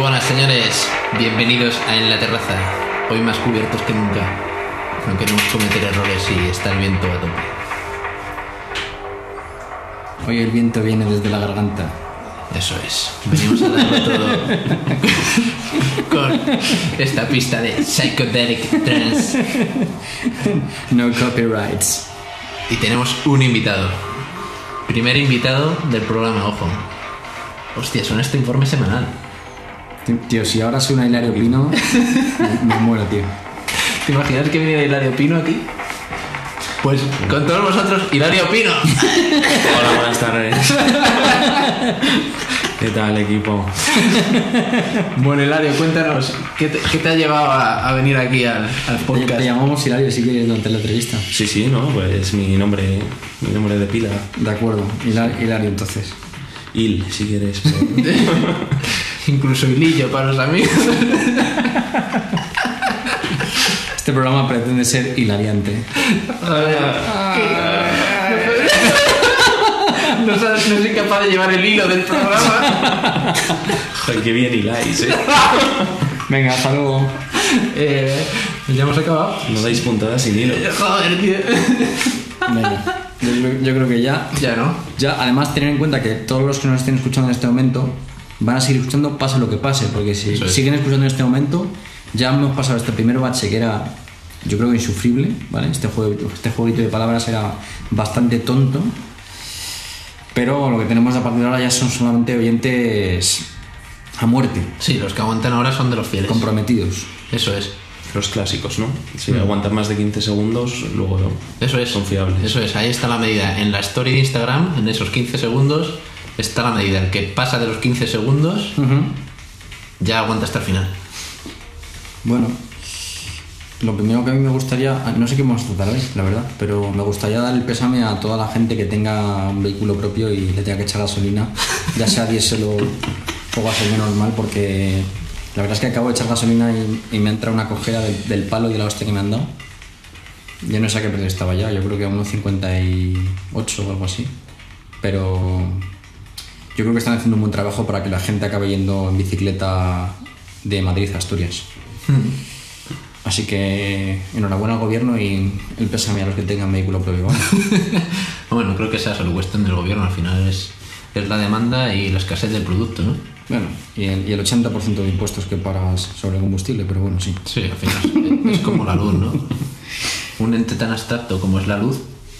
buenas señores, bienvenidos a En la Terraza. Hoy más cubiertos que nunca. No queremos cometer errores y está el viento a tope. Hoy el viento viene desde la garganta. Eso es. Venimos a darlo todo con esta pista de Psychedelic Trance. No copyrights. Y tenemos un invitado. Primer invitado del programa, ojo. Hostia, suena este informe semanal. Tío, si ahora suena Hilario Pino, me- me muero, tío. ¿Te imaginas que viene Hilario Pino aquí? Pues con todos vosotros, Hilario Pino. Hola, buenas tardes. ¿Qué tal, equipo? Bueno, Hilario, cuéntanos, ¿qué te, qué te ha llevado a, a venir aquí al, al Te, te podcast? llamamos Hilario si quieres durante la entrevista. Sí, sí, no, pues mi nombre, mi nombre de pila. De acuerdo, Hila- Hilario entonces. Il, si quieres. pero- Incluso hilillo para los amigos. Este programa pretende ser hilariante. A ver, ¿qué? No, sabes- no soy capaz de llevar el hilo del programa. Joder, qué bien hiláis, ¿eh? Venga, hasta luego. Eh, ya hemos acabado. No dais puntadas sin hilo. Joder, tío. Venga, yo, creo- yo creo que ya. Ya no. Ya, además, tener en cuenta que todos los que nos estén escuchando en este momento van a seguir escuchando pase lo que pase, porque si Eso es. siguen escuchando en este momento, ya hemos pasado este primer bache que era, yo creo que insufrible, ¿vale? Este, juego, este jueguito de palabras era bastante tonto, pero lo que tenemos a partir de ahora ya son solamente oyentes a muerte, Sí, los que aguantan ahora son de los fieles. comprometidos. Eso es. Los clásicos, ¿no? Si aguantan más de 15 segundos, luego Eso es. son fiables. Eso es, ahí está la medida. En la story de Instagram, en esos 15 segundos, está la medida. El que pasa de los 15 segundos ya aguanta hasta el final. Bueno, lo primero que a mí me gustaría, ah, no sé qué vamos a tratar hoy, la verdad, pero me gustaría dar el pésame a toda la gente que tenga un vehículo propio y le tenga que echar gasolina, ya sea diésel o, o gasolina normal, porque la verdad es que acabo de echar gasolina y, y me ha entrado una cojera del, del palo y de la hostia que me han dado. Yo no sé a qué precio estaba ya, yo creo que a 1,58 o algo así, pero yo creo que están haciendo un buen trabajo para que la gente acabe yendo en bicicleta de Madrid a Asturias. Así que enhorabuena al gobierno y el pésame a los que tengan vehículo propio. ¿vale? Bueno, creo que esa es la cuestión del gobierno. Al final es, es la demanda y la escasez del producto, ¿no? bueno, y el, y el 80% de impuestos que pagas sobre el combustible, pero bueno, sí. Sí, al final es, es como la luz, ¿no? Un ente tan abstracto como es la luz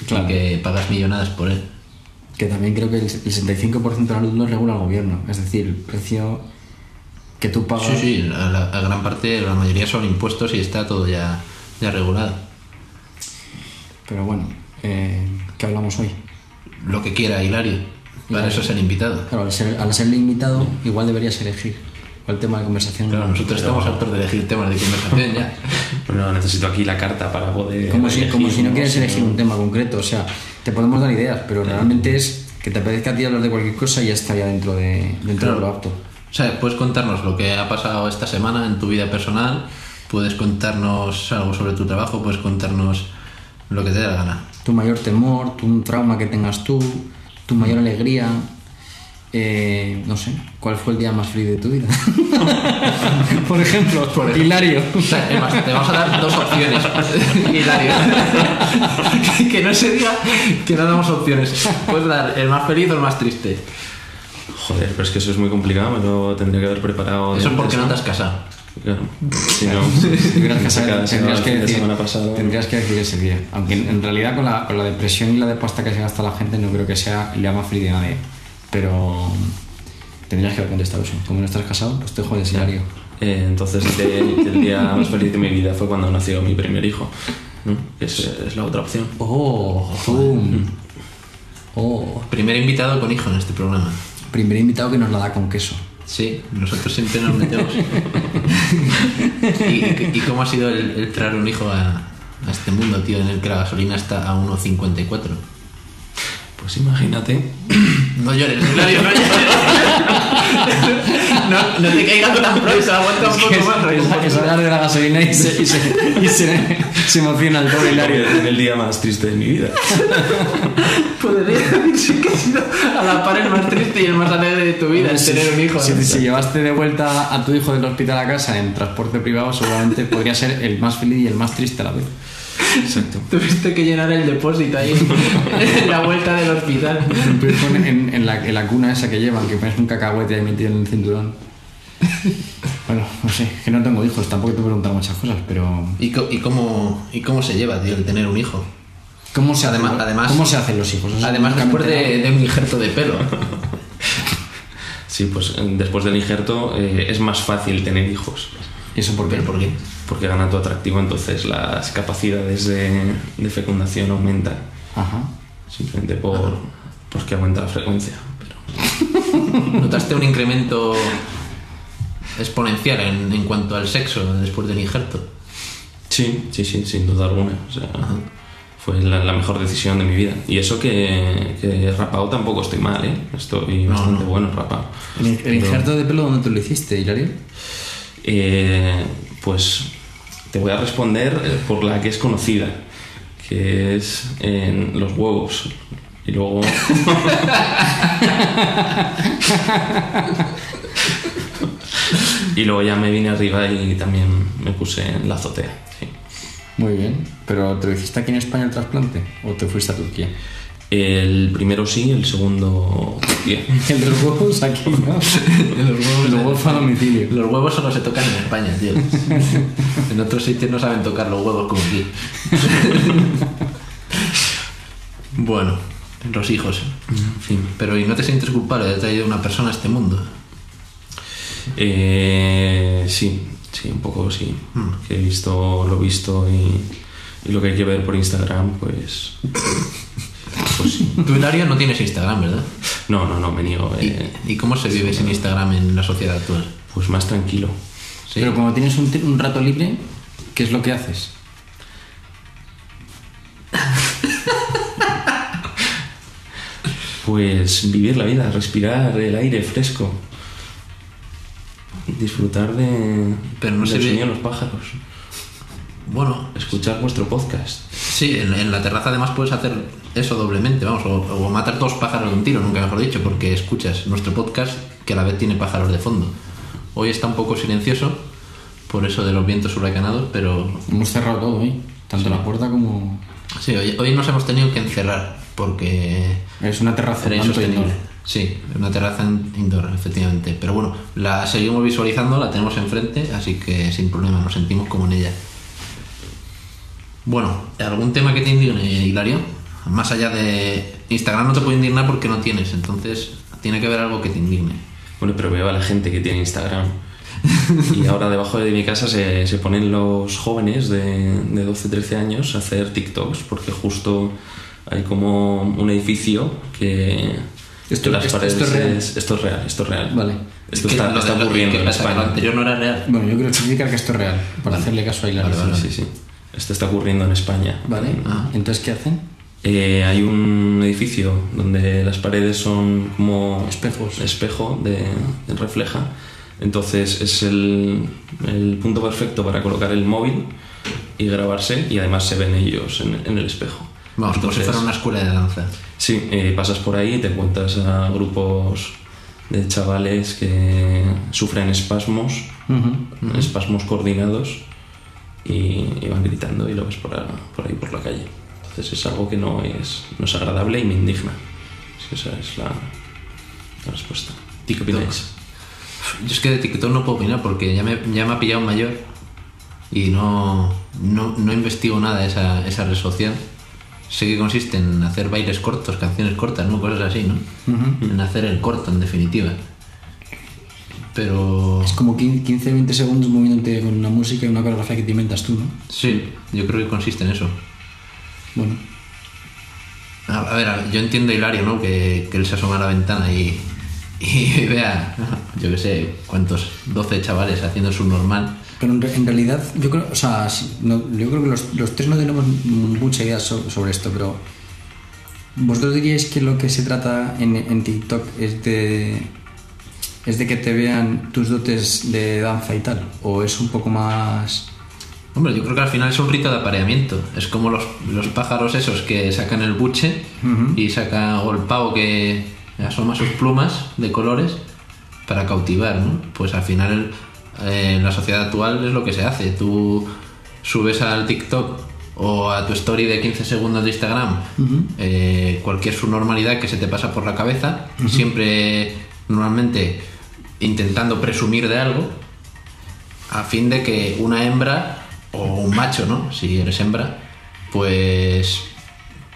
Claro. y que pagas millonadas por él. Que también creo que el, el 65% de la luz lo regula el gobierno. Es decir, el precio que tú pagas. Sí, sí, a, la, a gran parte, la mayoría son impuestos y está todo ya, ya regulado. Pero bueno, eh, ¿qué hablamos hoy? Lo que quiera Hilario. Para eso es el invitado. Claro, al ser, al ser limitado, igual deberías elegir cuál tema de conversación. Claro, nosotros estamos hartos de elegir temas de conversación ya. Bueno, necesito aquí la carta para poder. Como si, como elegir, si no quieres Si elegir un tema concreto, o sea, te podemos dar ideas, pero realmente es que te apetezca a ti hablar de cualquier cosa y ya estaría dentro de, dentro de lo apto. O sea, puedes contarnos lo que ha pasado esta semana en tu vida personal, puedes contarnos algo sobre tu trabajo, puedes contarnos lo que te dé la gana. Tu mayor temor, tu un trauma que tengas tú, tu mayor alegría, eh, no sé, ¿cuál fue el día más feliz de tu vida? Por ejemplo, Hilario. O sea, es más, te vamos a dar dos opciones, Hilario. que no se diga que no damos opciones. Puedes dar el más feliz o el más triste. Joder, pero es que eso es muy complicado, me lo tendría que haber preparado. Eso es antes, porque no te has casado. Claro. Si no, Tendrías que, saber- cada tendrías que semana, el fin de decir, semana pasada. tendrías que decir ese día. Aunque en, en realidad con la, con la depresión y la de pasta que se gasta la gente no creo que sea el día más feliz de nadie. Pero tendrías que haber contestado eso. Como no estás casado, pues te jodes, Hilario. Eh, entonces, de- el día más feliz de mi vida fue cuando nació mi primer hijo. ¿no? Que Es, es la otra opción. ¡Oh! zoom. ¡Oh! Primer invitado con hijo en este programa. Primer invitado que nos la da con queso. Sí, nosotros siempre nos metemos. ¿Y, y- y cómo ha sido el, el traer un hijo a, a este mundo, tío, en el que la gasolina está a 1,54? Pues imagínate. No llores, Hilario, no llores. No, no te caigas tan pronto, aguanta un poco más, Roy. que se hablar de la gasolina y se, y se, y se, se emociona el pobre Hilario. En el día más triste de mi vida. Podría decirse que ha sido a la par el más triste y el más alegre de tu vida, el tener un hijo. Si, ¿no? si llevaste de vuelta a tu hijo del hospital a casa en transporte privado, seguramente podría ser el más feliz y el más triste a la vez. Exacto. Tuviste que llenar el depósito ahí en la vuelta del hospital. Tu hijo en, en- en la, en la cuna esa que llevan, que pones un cacahuete ahí metido en el cinturón. Bueno, no sé, es que no tengo hijos, tampoco te voy a preguntar muchas cosas, pero. ¿Y, co- y cómo, ¿Y cómo se lleva, tío, el tener un hijo? ¿Cómo se, Además- hacen- además- ¿cómo se hacen los hijos? Eso Además, nunca me después he enterado. de, de un injerto de pelo. Sí, pues eh, después del injerto eh, es más fácil tener hijos. ¿Y eso por qué? ¿Pero por qué? Porque gana tu atractivo, entonces las capacidades de, de fecundación aumentan. Ajá. Simplemente por porque aumenta la frecuencia. Pero ¿Notaste un incremento exponencial en, en cuanto al sexo después del injerto? Sí, sí, sí, sin duda alguna. O sea, fue la, la mejor decisión de mi vida. Y eso que, que rapado tampoco estoy mal, ¿eh? Estoy bastante bueno rapado. ¿El, el Pero, injerto de pelo dónde tú lo hiciste, Hilario? eh, pues te voy a responder eh, por la que es conocida, que es en los huevos. Y luego... y luego ya me vine arriba y también me puse en la azotea. sí. Muy bien. ¿Pero te lo hiciste aquí en España el trasplante? ¿O te fuiste a Turquía? El primero sí, el segundo bien. El de los huevos aquí, ¿no? Los huevos, Los huevos fue a domicilio. Los huevos solo se tocan en España, tío. En otros sitios no saben tocar los huevos como aquí. Bueno, los hijos. En fin. Pero ¿y no te sientes culpable de haber traído una persona a este mundo? Eh, sí, sí, un poco sí. Hmm. Que he visto lo visto y, y lo que hay que ver por Instagram, pues. Pues sí. Tú, Hilario, no tienes Instagram, ¿verdad? No, no, no, me niego. ¿Y, eh, y cómo se vive sin Instagram en la sociedad actual? pues más tranquilo. Sí. Pero cuando tienes un, ti- un rato libre, ¿qué es lo que haces? Pues vivir la vida, respirar el aire fresco. Disfrutar de. Pero no del se ve- sonido de los pájaros. Bueno, Escuchar vuestro podcast. sí, en, en la terraza además puedes hacer eso doblemente, vamos, o, o matar dos pájaros de un tiro, nunca mejor dicho, porque escuchas nuestro podcast que a la vez tiene pájaros de fondo. Hoy está un poco silencioso por eso de los vientos huracanados, pero Hemos cerrado todo, ¿eh? Tanto la puerta como... sí, hoy, hoy nos hemos tenido que encerrar porque Es una terraza era tanto insostenible. indoor. Sí, una terraza in- indoor, efectivamente. Pero bueno, la seguimos visualizando, la tenemos enfrente, así que sin problema, nos sentimos como en ella. Bueno, ¿algún tema que te indigne, Hilario? Más allá de Instagram no te puede indignar porque no tienes, entonces tiene que haber algo que te indigne. Bueno, pero veo a la gente que tiene Instagram. Y ahora debajo de mi casa se, se ponen los jóvenes de, de 12, 13 años a hacer TikToks porque justo hay como un edificio que... Esto- que las esto- paredes esto es real. esto es real, esto es real. Vale. Esto Es que está, lo está de- lo- ocurriendo ¿qué en pasa? Que lo España. anterior no era real. Bueno, yo quiero explicar que esto es real, para hacerle caso a Hilario. Vale, Ah. vale. Sí, sí. Esto está ocurriendo en España. Vale. Entonces, ¿qué hacen? Eh, hay un edificio donde las paredes son como Espejos. espejo de, de refleja. Entonces es el, el punto perfecto para colocar el móvil y grabarse y además se ven ellos en, en el espejo. Vamos, como si Entonces, fuera una escuela de danza. Sí, eh, pasas por ahí y te encuentras a grupos de chavales que sufren espasmos, espasmos coordinados y, y van gritando y lo ves por, a- por ahí por la calle. Entonces es algo que no es, no es agradable y me indigna. Sí, esa es la, la respuesta. ¿Qué TikTok. opináis? Yo es que de TikTok no puedo opinar porque ya me, ya me ha pillado un mayor y no, no, no investigo nada esa, esa red social. Sé que consiste en hacer bailes cortos, canciones cortas, ¿no? Cosas así, ¿no? En hacer el corto, en definitiva. Pero... Es como 15, 20 segundos moviéndote con una música y una coreografía que te inventas tú, ¿no? Sí, yo creo que consiste en eso. Bueno, A, a ver, a- yo entiendo a Hilario, ¿no? Que, que él se asoma a la ventana y, y vea, yo qué sé, cuántos 12 chavales haciendo su normal. pero en, re- en realidad yo creo, o sea, si- no- yo creo que los, los tres no tenemos mucha idea so- sobre esto, pero ¿Vosotros diríais que lo que se trata en, en TikTok es de, es de que te vean tus dotes de danza y tal? ¿O es un poco más... Hombre, yo creo que al final es un rito de apareamiento. Es como los, los pájaros esos que sacan el buche y saca o el pavo que asoma sus plumas de colores para cautivar, ¿no? Pues al final eh, en la sociedad actual es lo que se hace. Tú subes al TikTok o a tu story de 15 segundos de Instagram eh, cualquier subnormalidad que se te pasa por la cabeza, siempre normalmente intentando presumir de algo a fin de que una hembra o un macho, ¿no? Si eres hembra, pues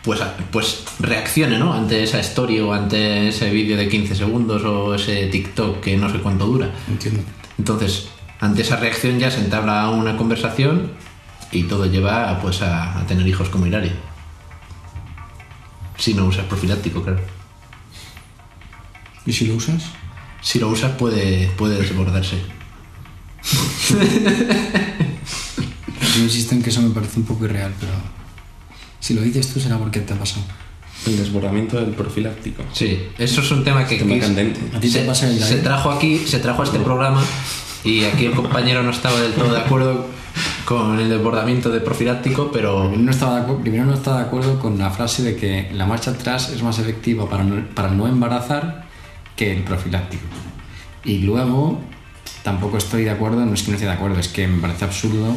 pues pues reaccione, ¿no? Ante esa story o ante ese vídeo de 15 segundos o ese TikTok que no sé cuánto dura. Entiendo. Entonces, ante esa reacción ya se entabla una conversación y todo lleva pues a, a tener hijos como Hilaria. Si no usas profiláctico, claro. ¿Y si lo usas? Si lo usas puede puede desbordarse. Yo insisto en que eso me parece un poco irreal, pero si lo dices tú será porque te ha pasado. El desbordamiento del profiláctico. Sí, eso es un tema que Tema que es- candente. ¿A ti te se, pasa en la se vida? trajo aquí, se trajo a este programa y aquí el compañero no estaba del todo de acuerdo con el desbordamiento de profiláctico, pero Primero no, estaba de acu- primero no estaba de acuerdo con la frase de que la marcha atrás es más efectiva para no, para no embarazar que el profiláctico. Y luego tampoco estoy de acuerdo, no es que no esté de acuerdo, es que me parece absurdo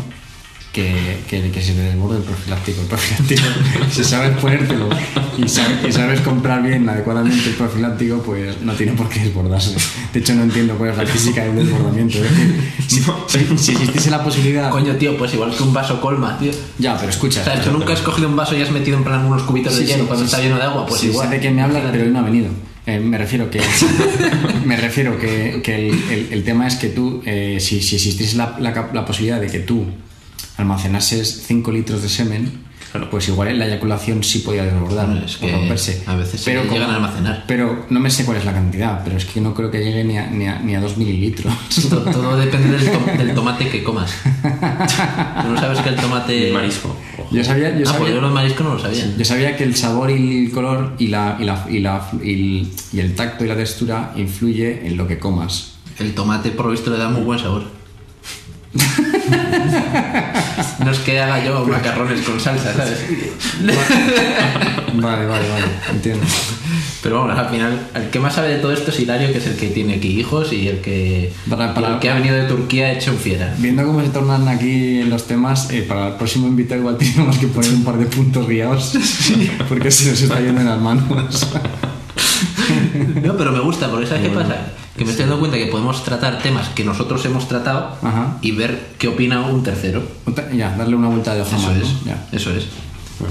que, que, que se te desborde el profiláctico. El profiláctico, si sabes ponértelo y sabes, y sabes comprar bien adecuadamente el profiláctico, pues no tiene por qué desbordarse. De hecho, no entiendo cuál es la física del desbordamiento. ¿eh? Si, si- si existiese la posibilidad... coño tío, pues igual que un vaso colma, tío. Ya, pero escucha. O sea, tú pero- nunca has cogido un vaso y has metido en plan unos cubitos de Sí, hielo sí, cuando sí, está sí. lleno de agua, pues Sí, igual. Sé de quién me hablas, pero él no ha venido. Eh, me refiero que, me refiero que, que el, el- el tema es que tú, eh, si, si existiese la, la cap- la posibilidad de que tú almacenases 5 litros de semen, Claro. pues igual en la eyaculación sí podía desbordar Hombre, es o que romperse. a veces se llegan a almacenar. Pero no me sé cuál es la cantidad, pero es que no creo que llegue ni a, ni a, ni a 2 mililitros. To- Todo, depende del, tom- del tomate que comas. Tú no sabes que el tomate. El marisco. ojo. Yo sabía, yo ah, sabía- pues yo los mariscos no lo sabía. Yo sabía que el sabor y el color y, la, y, la- y la- y el, y el tacto y la textura influye en lo que comas. El tomate por lo visto le da muy buen sabor. no es que haga yo Pues macarrones con salsa, ¿sabes? Vale, vale, vale, entiendo. Pero vamos, al final, el que más sabe de todo esto es Hilario, que es el que tiene aquí hijos y el que, Para- para- y el que ha venido de Turquía hecho un fiera. Viendo cómo se tornan aquí los temas, eh, para el próximo invitado igual tenemos que poner un par de puntos guiados porque se nos está yendo en las manos. No, pero me gusta, porque ¿sabes qué pasa? Que me estoy dando cuenta que podemos tratar temas que nosotros hemos tratado Ajá. y ver qué opina un tercero. Otra- Ya, darle una vuelta de hoja Eso más, ¿no? es, Ya. Pues. eso es.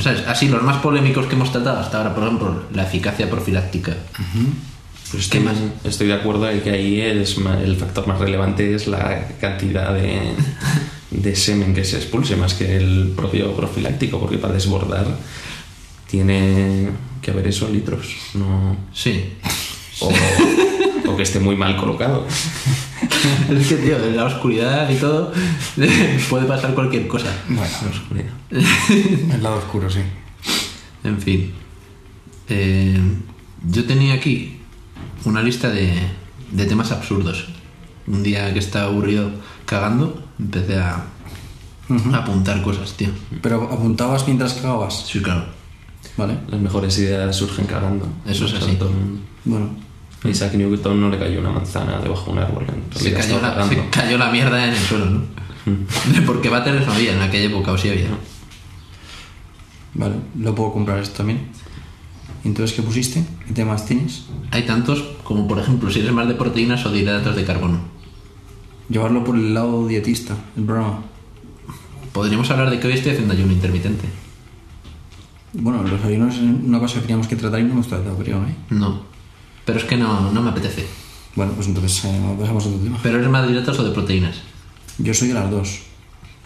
¿Sabes? Así, los más polémicos que hemos tratado hasta ahora, por ejemplo, la eficacia profiláctica. Pues ¿Qué estoy- más? Estoy de acuerdo en que ahí es ma- el factor más relevante es la cantidad de, de semen que se expulse, más que el propio profiláctico, porque para desbordar tiene que haber eso litros, no, Sí. o, o que esté muy mal colocado. Es que, tío, en la oscuridad y todo puede pasar cualquier cosa. Bueno, Mira, el lado oscuro, sí. En fin. Eh, yo tenía aquí una lista de, de temas absurdos. Un día que estaba aburrido cagando, empecé a, a apuntar cosas, tío. Pero apuntabas mientras cagabas, Sí, claro. ¿vale? Las mejores ideas surgen cagando. Eso es así. Todo el mundo. Bueno, A Isaac Newton no le cayó una manzana debajo de un árbol. en Se realidad cayó, estaba la, cagando. se cayó la mierda en el suelo, ¿no? Porque váteres no había en aquella época, o sí había. Vale, lo puedo comprar esto también. Entonces, ¿qué pusiste? ¿Qué temas tienes? Hay tantos como, por ejemplo, si eres más de proteínas o de hidratos de carbono. Llevarlo por el lado dietista, el programa. Podríamos hablar de que hoy estoy haciendo ayuno intermitente. Bueno, los ayunos es una cosa que teníamos que tratar y no hemos tratado, creo, ¿eh? No. Pero es que no, no me apetece. Bueno, pues entonces eh, pasamos a otro tema. ¿Pero eres más de hidratos o de proteínas? Yo soy de las dos.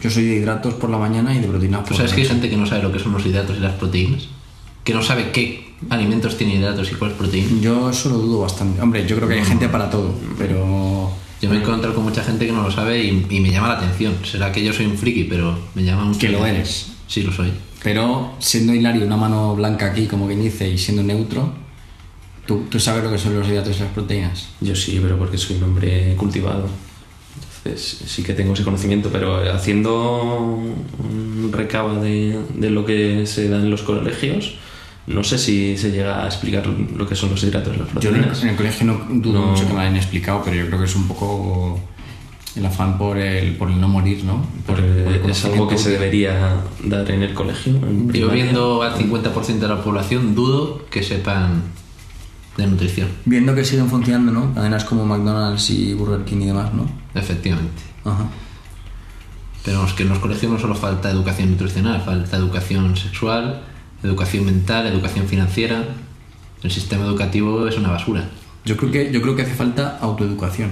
Yo soy de hidratos por la mañana y de proteínas ¿Tú por la sabes que hay noche. gente que no sabe lo que son los hidratos y las proteínas? Que no sabe qué alimentos tiene hidratos y cuáles proteínas. Yo eso lo dudo bastante. Hombre, yo creo que hay gente para todo, pero... Yo me he encontrado con mucha gente que no lo sabe y, y me llama la atención. Será que yo soy un friki, pero me llama mucho Que la lo atención. eres. Sí, lo soy. Pero siendo Hilario una mano blanca aquí, como quien dice, y siendo neutro, ¿tú, tú sabes lo que son los hidratos y las proteínas. Yo sí, pero porque soy un hombre cultivado. Entonces sí que tengo ese conocimiento, pero haciendo un recaba de, de lo que se da en los colegios, no sé si se llega a explicar lo que son los hidratos y las Yo en el, proteínas. en el colegio no dudo No. mucho que me lo hayan explicado, pero yo creo que es un poco el afán por el, por el no morir, ¿no? Por el- por el Porque es algo que se conocimiento. debería dar en el colegio. en Yo primaria. viendo al 50% de la población, dudo que sepan de nutrición, Viendo que siguen funcionando, ¿no? Cadenas como McDonald's y Burger King y demás, ¿no? efectivamente. Ajá. Pero es que en los colegios no solo falta educación nutricional, falta educación sexual, educación mental, educación financiera. El sistema educativo es una basura. Yo creo que, yo creo que hace falta autoeducación.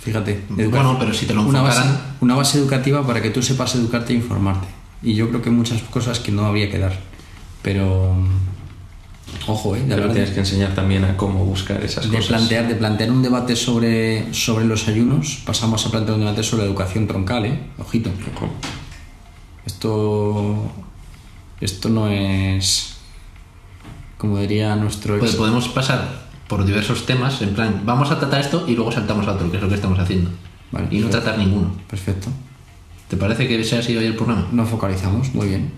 Fíjate. Bueno, pero si te lo una base, enfocaran- una base educativa para que tú sepas educarte e informarte. Y yo creo que muchas cosas que no habría que dar. Pero. Ojo, ¿eh? De, Pero hablar de- tienes que enseñar también a cómo buscar esas de cosas. plantear, de plantear un debate sobre, sobre los ayunos, pasamos a plantear un debate sobre la educación troncal, ¿eh? Ojito. Ojo. Esto. Esto no es. Como diría nuestro ex. Pues podemos pasar por diversos temas, en plan, vamos a tratar esto y luego saltamos a otro, que es lo que estamos haciendo. Vale, y no perfecto. tratar ninguno. Perfecto. ¿Te parece que ese ha sido hoy el programa? Mm. Nos focalizamos, muy bien.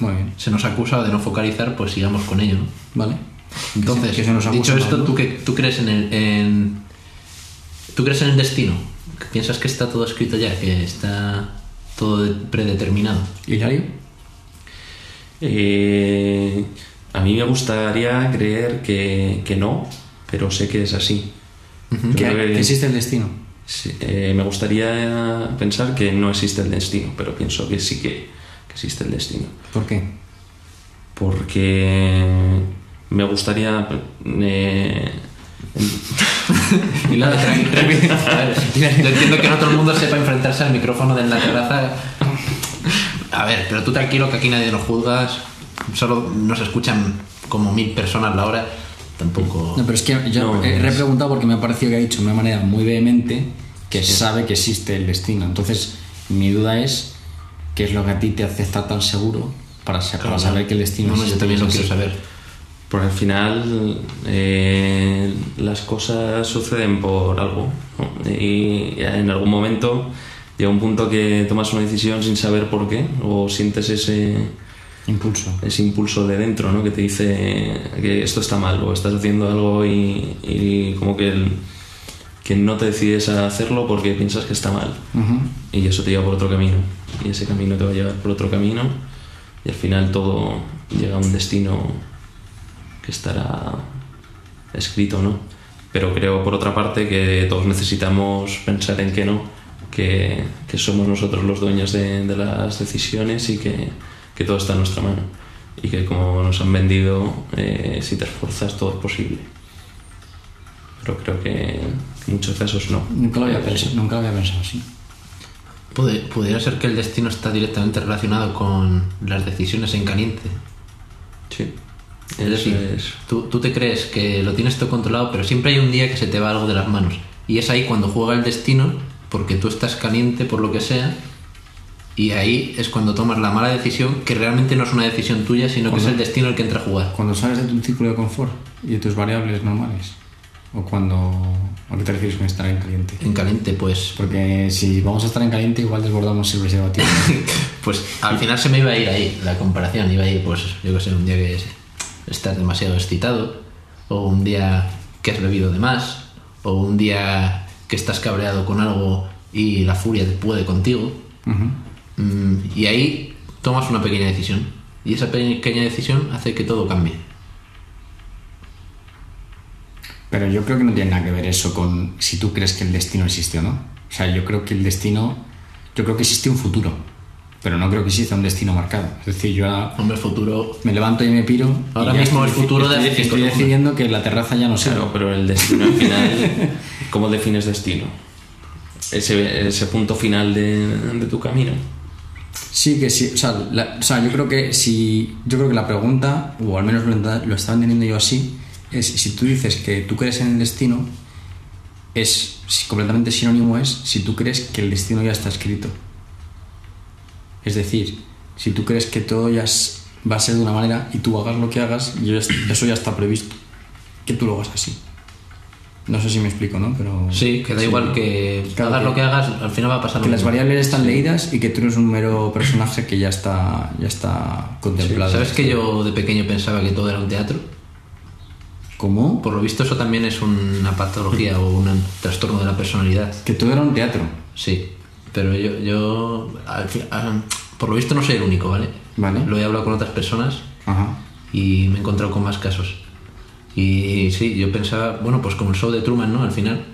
Muy bien. Se nos acusa de no focalizar, pues sigamos con ello, ¿no? Vale. Entonces, que se nos acusa dicho más, esto, ¿no? ¿tú, qué, ¿tú crees en el en- tú crees en el destino? ¿Piensas que está todo escrito ya, que está todo de- predeterminado? ¿Hilario? Eh, a mí me gustaría creer que, que no, pero sé que es así. Yo Que, creo que- que existe el destino. sí, eh, me gustaría pensar que no existe el destino, pero pienso que sí que, que existe el destino. ¿Por qué? Porque me gustaría... eh, Y la yo entiendo que en otro mundo sepa enfrentarse al micrófono de en la terraza. A ver, pero tú tranquilo que aquí nadie nos juzgas. Solo nos escuchan como mil personas la hora. Tampoco. No, pero es que yo No, he es- repreguntado porque me ha parecido que ha dicho de una manera muy vehemente que sabe que existe el destino. Entonces, mi duda es: ¿qué es lo que a ti te hace estar tan seguro para, sa- para Claro, saber que el destino no, no, existe? yo también lo Sí. quiero saber. Porque al final eh, las cosas suceden por algo. ¿no? Y en algún momento llega un punto que tomas una decisión sin saber por qué o sientes ese, Impulso. ese impulso de dentro ¿no? que te dice que esto está mal o estás haciendo algo y, y como que, el- que no te decides a hacerlo porque piensas que está mal. Ujú. Y eso te lleva por otro camino. Y ese camino te va a llevar por otro camino. Y al final todo llega a un destino que estará escrito, ¿no? Pero creo, por otra parte, que todos necesitamos pensar en que no, que, que somos nosotros los dueños de, de las decisiones y que, que todo está en nuestra mano. Y que, como nos han vendido, eh, si te esfuerzas, todo es posible. Pero creo que en muchos casos no. Nunca lo había Eh, pensado, nunca lo había pensado así. Pude- pudiera ser que el destino está directamente relacionado con las decisiones en caliente. Sí. Es decir, tú, tú te crees que lo tienes todo controlado, pero siempre hay un día que se te va algo de las manos. Y es ahí cuando juega el destino, porque tú estás caliente por lo que sea, y ahí es cuando tomas la mala decisión, que realmente no es una decisión tuya, sino que es el destino el que entra a jugar. Cuando sales de tu círculo de confort y de tus variables normales. O cuando. ¿A qué te refieres con estar en caliente? En caliente, pues, Porque si vamos a estar en caliente, igual desbordamos el preservativo. pues al final se me iba a ir ahí la comparación, iba a ir, pues, yo que sé, un día que estás demasiado excitado, o un día que has bebido de más, o un día que estás cabreado con algo y la furia te puede contigo. Ujú. Mm, y ahí tomas una pequeña decisión. Y esa pequeña decisión hace que todo cambie. Pero yo creo que no tiene nada que ver eso con si tú crees que el destino existe o no. O sea, yo creo que el destino. Yo creo que existe un futuro. Pero no creo que exista un destino marcado. Es decir, yo ahora Hombre, el futuro. me levanto y me piro. Ahora y ya mismo el futuro de hace estoy, cinco estoy segundos. decidiendo que la terraza ya no sirve. Claro, pero el destino al final, ¿cómo defines destino? Ese, ese punto final de, de tu camino. Sí, que sí. O sea, la- o sea, yo creo que si. Yo creo que la pregunta, o al menos lo, ent- lo estaba entendiendo yo así, es si tú dices que tú crees en el destino, es si completamente sinónimo es si tú crees que el destino ya está escrito. Es decir, si tú crees que todo ya es- va a ser de una manera y tú hagas lo que hagas, yo ya est- eso ya está previsto. Que tú lo hagas así. No sé si me explico, ¿no? Pero Sí, que da igual que Claro hagas que- lo que hagas, al final va a pasar que lo las mismo. variables están leídas y que tú eres un mero personaje que ya está ya está contemplado. ¿Sabes que yo de pequeño pensaba que todo era un teatro? ¿Cómo? Por lo visto eso también es una patología o un trastorno de la personalidad. Que todo era un teatro. Sí, pero yo, yo al fi- al- por lo visto no soy el único, ¿vale? Vale. Lo he hablado con otras personas Ajá. y me he encontrado con más casos. Y sí, yo pensaba, bueno, pues como el show de Truman, ¿no? Al final.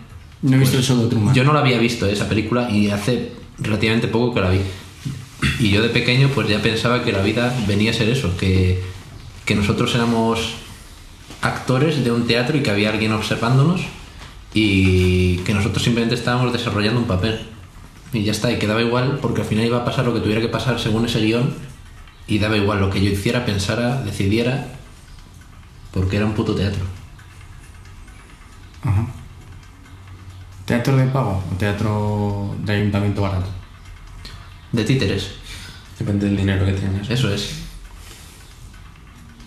No he visto el show de Truman. Pues Yo no la había visto esa película y hace relativamente poco que la vi. Y yo de pequeño pues ya pensaba que la vida venía a ser eso, que, que nosotros éramos actores de un teatro y que había alguien observándonos y que nosotros simplemente estábamos desarrollando un papel. Y ya está, y quedaba igual porque al final iba a pasar lo que tuviera que pasar según ese guión y daba igual lo que yo hiciera, pensara, decidiera, porque era un puto teatro. Ajá. ¿Teatro de pago o teatro de ayuntamiento barato? De títeres, Depende del dinero que tengas. eso es.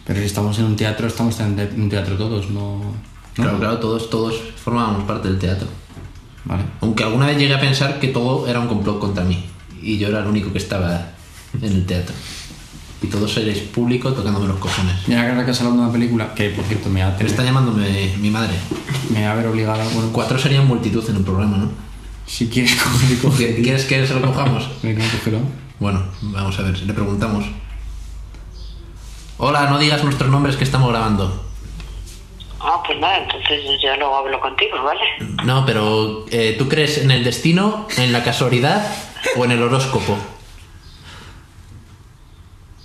Pero si estamos en un teatro, estamos en te- un teatro todos, no... ¿no? Claro, claro, todos, todos formábamos parte del teatro. Vale. Aunque alguna vez llegué a pensar que todo era un complot contra mí. Y yo era el único que estaba en el teatro. Y todos seréis público tocándome los cojones. Mira que ahora que has hablado de una película, que por cierto me va a, Me tener- está llamándome mi madre. me va a ver obligado, bueno, Cuatro serían multitud en un programa, ¿no? si quieres coger, ¿Qué- ¿Quieres que se lo cojamos? venga, cógelo. Bueno, vamos a ver, le preguntamos. Hola, no digas nuestros nombres que estamos grabando. Ah, pues nada, entonces yo luego hablo contigo, ¿vale? No, pero eh, ¿tú crees en el destino, en la casualidad o en el horóscopo?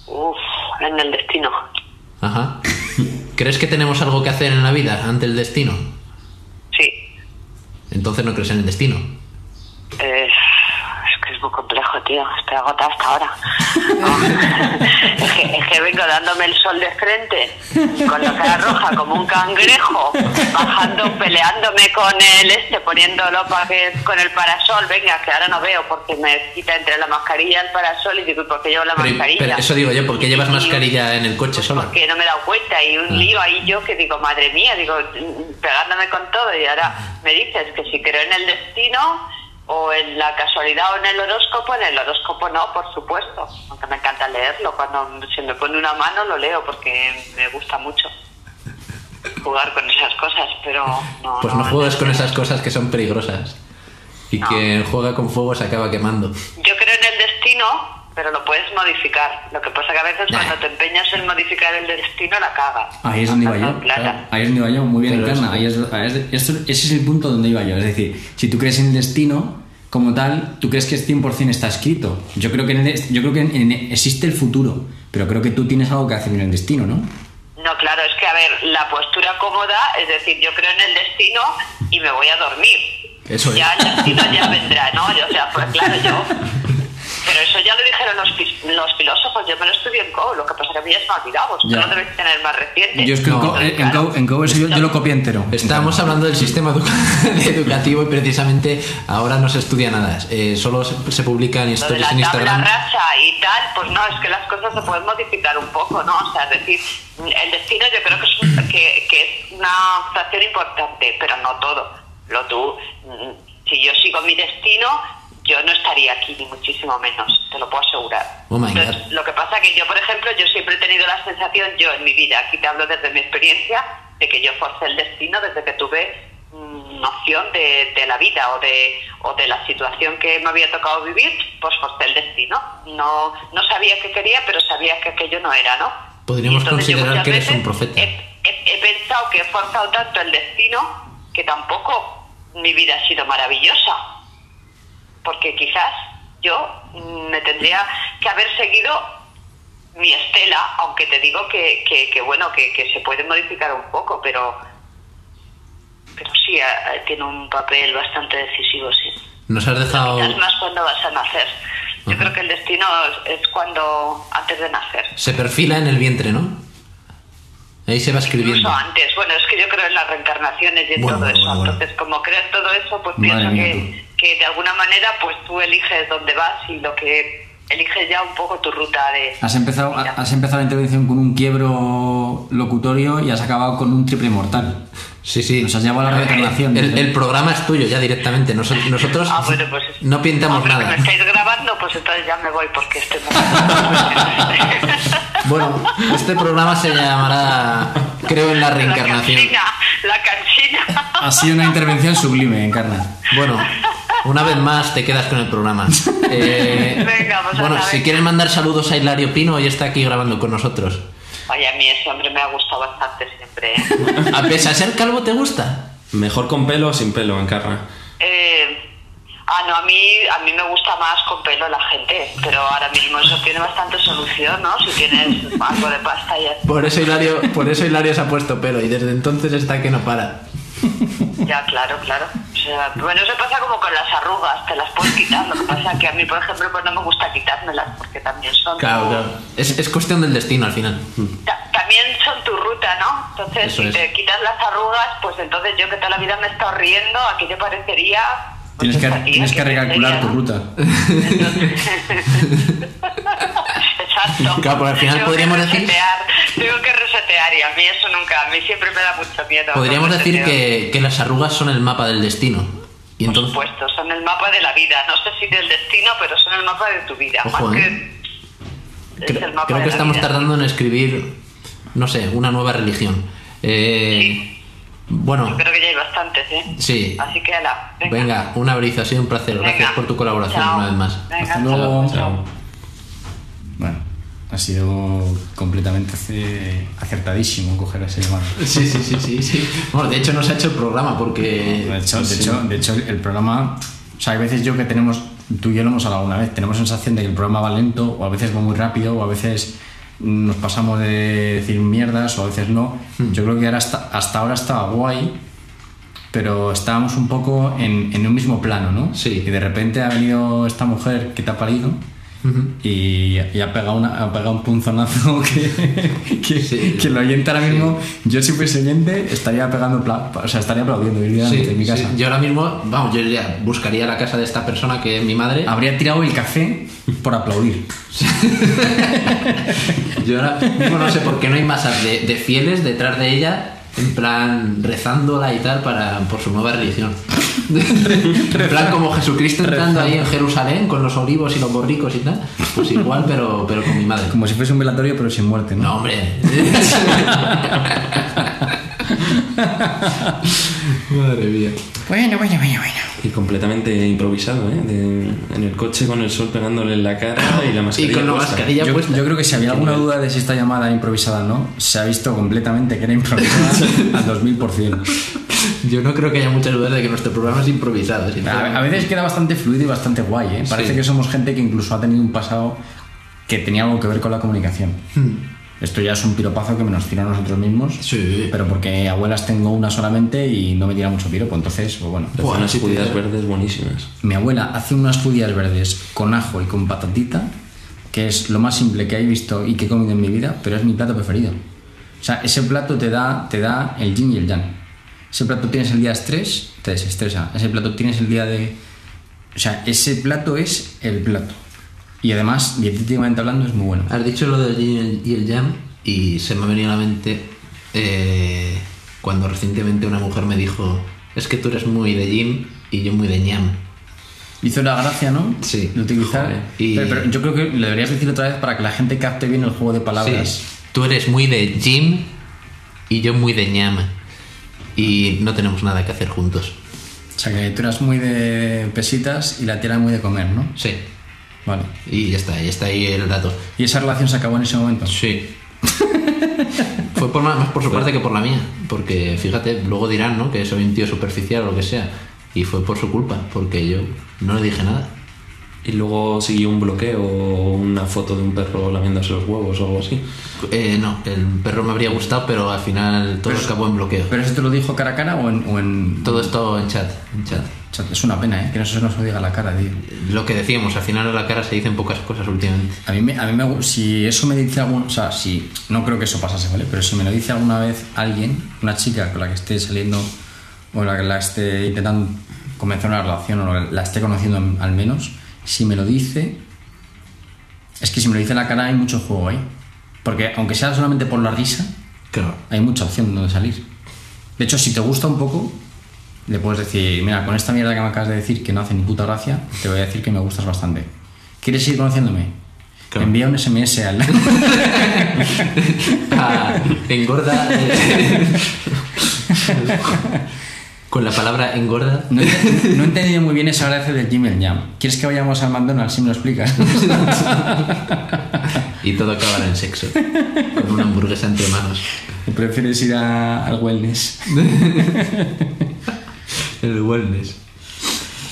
Uf, en el destino. Ajá. ¿Crees que tenemos algo que hacer en la vida ante el destino? Sí. Entonces no crees en el destino. Eh, es que es muy complejo, tío. Estoy agotada hasta ahora. es, que, es que vengo dándome el sol de frente, con la cara roja como un cangrejo, bajando, peleándome con el este, poniéndolo para que, con el parasol. Venga, que ahora no veo porque me quita entre la mascarilla el parasol y digo, ¿y ¿por qué llevo la Pero, mascarilla? pero eso digo yo, ¿por qué llevas mascarilla en el coche Pues sola? Porque no me he dado cuenta y Ah. un lío ahí yo que digo, madre mía, digo, mm, pegándome con todo y ahora me dices que si creo en el destino o en la casualidad o en el horóscopo, en el horóscopo no, por supuesto, aunque me encanta leerlo, cuando se me pone una mano lo leo porque me gusta mucho jugar con esas cosas, pero no... Pues no juegas con esas cosas que son peligrosas. Y No. quien juega con fuego se acaba quemando. Yo creo en el destino, pero lo puedes modificar. Lo que pasa que a veces Nah. cuando te empeñas en modificar el destino la cagas. Ahí es donde iba yo, Gastando plata. claro, ahí es donde iba yo, muy bien Pero encarna, ahí es, ahí es- esto- ese es el punto donde iba yo, es decir, si tú crees en el destino como tal, tú crees que es 100% está escrito, yo creo que, en el- yo creo que en- en- existe el futuro, pero creo que tú tienes algo que hacer en el destino, ¿no? No, claro, es que a ver, la postura cómoda, es decir, yo creo en el destino y me voy a dormir. Eso es. Ya el destino ya vendrá, ¿no? Yo, o sea, pues claro, yo. Pero eso ya lo dijeron los, pi- los filósofos, yo me lo estudié en COU, lo que pasa es que a mí ya se me ha olvidado, vosotros Ya. lo debéis tener más reciente. Yo es que en No, Co- en Eh, claro. Co- en Co- eso yo, yo lo copié entero. Estábamos hablando del sistema educa- educativo y precisamente ahora no se estudia nada. Eh, solo se, se publican Lo de historias la en tabla Instagram. racha y tal, pues no, es que las cosas se pueden modificar un poco, ¿no? O sea, es decir, el destino yo creo que es, un- que, que es una fracción importante, pero no todo. Lo tú, mm, si yo sigo mi destino, yo no estaría aquí, ni muchísimo menos, te lo puedo asegurar. Oh my God. Entonces, lo que pasa que yo, por ejemplo, yo siempre he tenido la sensación, yo en mi vida, aquí te hablo desde mi experiencia, de que yo forcé el destino desde que tuve mm, noción de, de la vida o de, o de la situación que me había tocado vivir, pues forcé el destino. No, no sabía qué quería, pero sabía que aquello no era, ¿no? Podríamos Y entonces yo considerar muchas que eres un veces profeta. He, he- he pensado que he forzado tanto el destino que tampoco mi vida ha sido maravillosa porque quizás yo mm, me tendría que haber seguido mi estela, aunque te digo que, que, que, bueno, que, que se puede modificar un poco, pero pero sí, a- a- tiene un papel bastante decisivo, sí. Nos has dejado. Quizás más cuando vas a nacer. Yo Ajá. creo que el destino es, es cuando, antes de nacer. Se perfila en el vientre, ¿no? Ahí se va escribiendo. Incluso antes, bueno, es que yo creo en las reencarnaciones y en Bueno, todo bueno, eso. bueno, bueno. Entonces, como creo en todo eso, pues Madre pienso mía, que, que de alguna manera, pues tú eliges dónde vas y lo que eliges ya un poco tu ruta de... Has empezado, Mira. has empezado la intervención con un quiebro locutorio y has acabado con un triple mortal. Sí, sí. Nos has llevado a la reencarnación. El, el programa es tuyo ya directamente. Nos- nosotros Ah, bueno, pues... no pintamos ah, pero que nada. pues me estáis grabando, pues entonces ya me voy porque estoy muy... Bueno, este programa se llamará Creo en la reencarnación. La canchina, la canchina. Ha sido una intervención sublime, Encarna. Bueno, una vez más te quedas con el programa. Eh, Venga, pues bueno, anda, si venga. quieres mandar saludos a Hilario Pino, hoy está aquí grabando con nosotros. Oye, a mí ese hombre me ha gustado bastante siempre. ¿eh? A pesar de ser calvo, ¿te gusta? Mejor con pelo o sin pelo, Encarna. Eh, ah, no, a mí, a mí me gusta más con pelo la gente, pero ahora mismo eso tiene bastante solución, ¿no? Si tienes algo de pasta ya, Por eso Hilario, por eso Hilario se ha puesto pelo y desde entonces está que no para. ya claro, claro. O sea, bueno, eso pasa como con las arrugas, te las puedes quitar, lo que pasa que a mí, por ejemplo, pues no me gusta quitármelas porque también son... Claro, claro. Es, es cuestión del destino al final. Ta- también son tu ruta, ¿no? Entonces, Eso si es. te quitas las arrugas, pues entonces yo que toda la vida me he estado riendo, aquí te parecería... Tienes pues, que, esta tía tienes que tendría, recalcular tu ¿no? ruta. Exacto. Claro, porque al final Tengo podríamos que decir- resetear, Tengo que resetear y a mí eso nunca, a mí siempre me da mucho miedo. Podríamos Los decir reseteos. que, que las arrugas son el mapa del destino. Y Por entonces, supuesto, son el mapa de la vida. No sé si del destino, pero son el mapa de tu vida. Ojo, Más ¿eh? que... es Creo, el mapa creo de que la estamos vida. tardando en escribir, no sé, una nueva religión. Eh, bueno, Creo que ya hay bastantes, ¿eh? sí. Así que, ala, venga. Venga, un abrazo, ha sido un placer. Venga. Gracias por tu colaboración Chao. una vez más. Venga, Hasta luego. Chao. Bueno, ha sido completamente ace- acertadísimo coger ese llamado. Sí, sí, sí, sí, sí. Bueno, de hecho no se ha hecho el programa porque... De hecho, de sí. hecho, de hecho, el programa. O sea, hay veces yo que tenemos. Tú y yo lo hemos hablado alguna vez. Tenemos sensación de que el programa va lento, o a veces va muy rápido, o a veces nos pasamos de decir mierdas, o a veces no. Hmm. Yo creo que ahora hasta, hasta ahora estaba guay, pero estábamos un poco en, en un mismo plano, ¿no? Sí. Y de repente ha venido esta mujer que te ha parido. Y, y ha, pegado una- ha pegado un punzonazo que, que, Sí. que el oyente ahora mismo, yo si fuese oyente, estaría pegando, pla- o sea, estaría aplaudiendo, diría, Sí, en mi sí. casa. Yo ahora mismo, vamos, yo iría- buscaría la casa de esta persona que es mi madre. Habría tirado el café por aplaudir. Yo ahora mismo no sé por qué no hay masas de, de fieles detrás de ella, en plan rezándola y tal para, por su nueva religión. en plan como Jesucristo entrando ahí en Jerusalén con los olivos y los borricos y tal. Pues igual, pero, pero con mi madre. Como si fuese un velatorio, pero sin muerte, ¿no? No, hombre. Madre mía. Bueno, bueno, bueno, bueno. Y completamente improvisado, ¿eh? De- en el coche con el sol pegándole en la cara y la mascarilla. Y con la puesta. mascarilla. Ya Yo, puesta. yo creo que si había alguna duda de si esta llamada era improvisada o no, se ha visto completamente que era improvisada al 2000%. Yo no creo que haya muchas dudas de que nuestro programa es improvisado. sinceramente. A, a veces queda bastante fluido y bastante guay, ¿eh? Parece Sí. que somos gente que incluso ha tenido un pasado que tenía algo que ver con la comunicación. Esto ya es un piropazo que me nos tira a nosotros mismos. Sí. Pero porque abuelas tengo una solamente y no me tira mucho piropo, entonces, pues bueno. Hacen unas sí, tío. judías verdes buenísimas. Mi abuela hace unas judías verdes con ajo y con patatita, que es lo más simple que he visto y que he comido en mi vida, pero es mi plato preferido. O sea, ese plato te da, te da el yin y el yang. Ese plato tienes el día de estrés, te desestresa. Ese plato tienes el día de... O sea, ese plato es el plato. Y además, dietéticamente hablando, es muy bueno. Has dicho lo del yin y el jam y se me ha venido a la mente eh, cuando recientemente una mujer me dijo es que tú eres muy de yin y yo muy de ñam. Hizo la gracia, ¿no? Sí. De utilizar... Joder, y- Pero, pero yo creo que lo deberías decir otra vez para que la gente capte bien el juego de palabras. Sí, tú eres muy de gym y yo muy de ñam. Y no tenemos nada que hacer juntos. O sea, que tú eras muy de pesitas y la tía era muy de comer, ¿no? Sí. Vale. Y ya está, ya está ahí el dato. ¿Y esa relación se acabó en ese momento? Sí. Fue por, más por su parte que por la mía. Porque fíjate, luego dirán, ¿no? Que soy un tío superficial o lo que sea. Y fue por su culpa, porque yo no le dije nada. Y luego siguió un bloqueo o una foto de un perro lamiéndose los huevos o algo así. Eh, no, el perro me habría gustado, pero al final todo acabó en bloqueo. ¿Pero eso te lo dijo cara a cara o en...? o en- Todo esto en chat, en chat. O sea, es una pena, ¿eh? Que no se nos lo diga a la cara, tío. Lo que decíamos, al final a la cara se dicen pocas cosas últimamente. A mí, me, a mí me gu- si eso me dice algún, o sea, si no creo que eso pasase, ¿vale? Pero si me lo dice alguna vez alguien, una chica con la que esté saliendo o la que la esté intentando comenzar una relación o la esté conociendo al menos, si me lo dice, Es que si me lo dice la cara hay mucho juego ahí. Porque aunque sea solamente por la risa, Claro. hay mucha opción de donde salir. De hecho, si te gusta un poco, le puedes decir, mira, con esta mierda que me acabas de decir que no hace ni puta gracia, te voy a decir que me gustas bastante. ¿Quieres ir conociéndome? Claro. Envía un SMS al... Ah, engorda. eh, Con la palabra engorda. No, he- no he entendido muy bien esa gracia del Gmail Jam. ¿Quieres que vayamos al McDonald's si me lo explicas? Y todo acabará en sexo. Con una hamburguesa entre manos. ¿Prefieres ir a- al wellness? El wellness.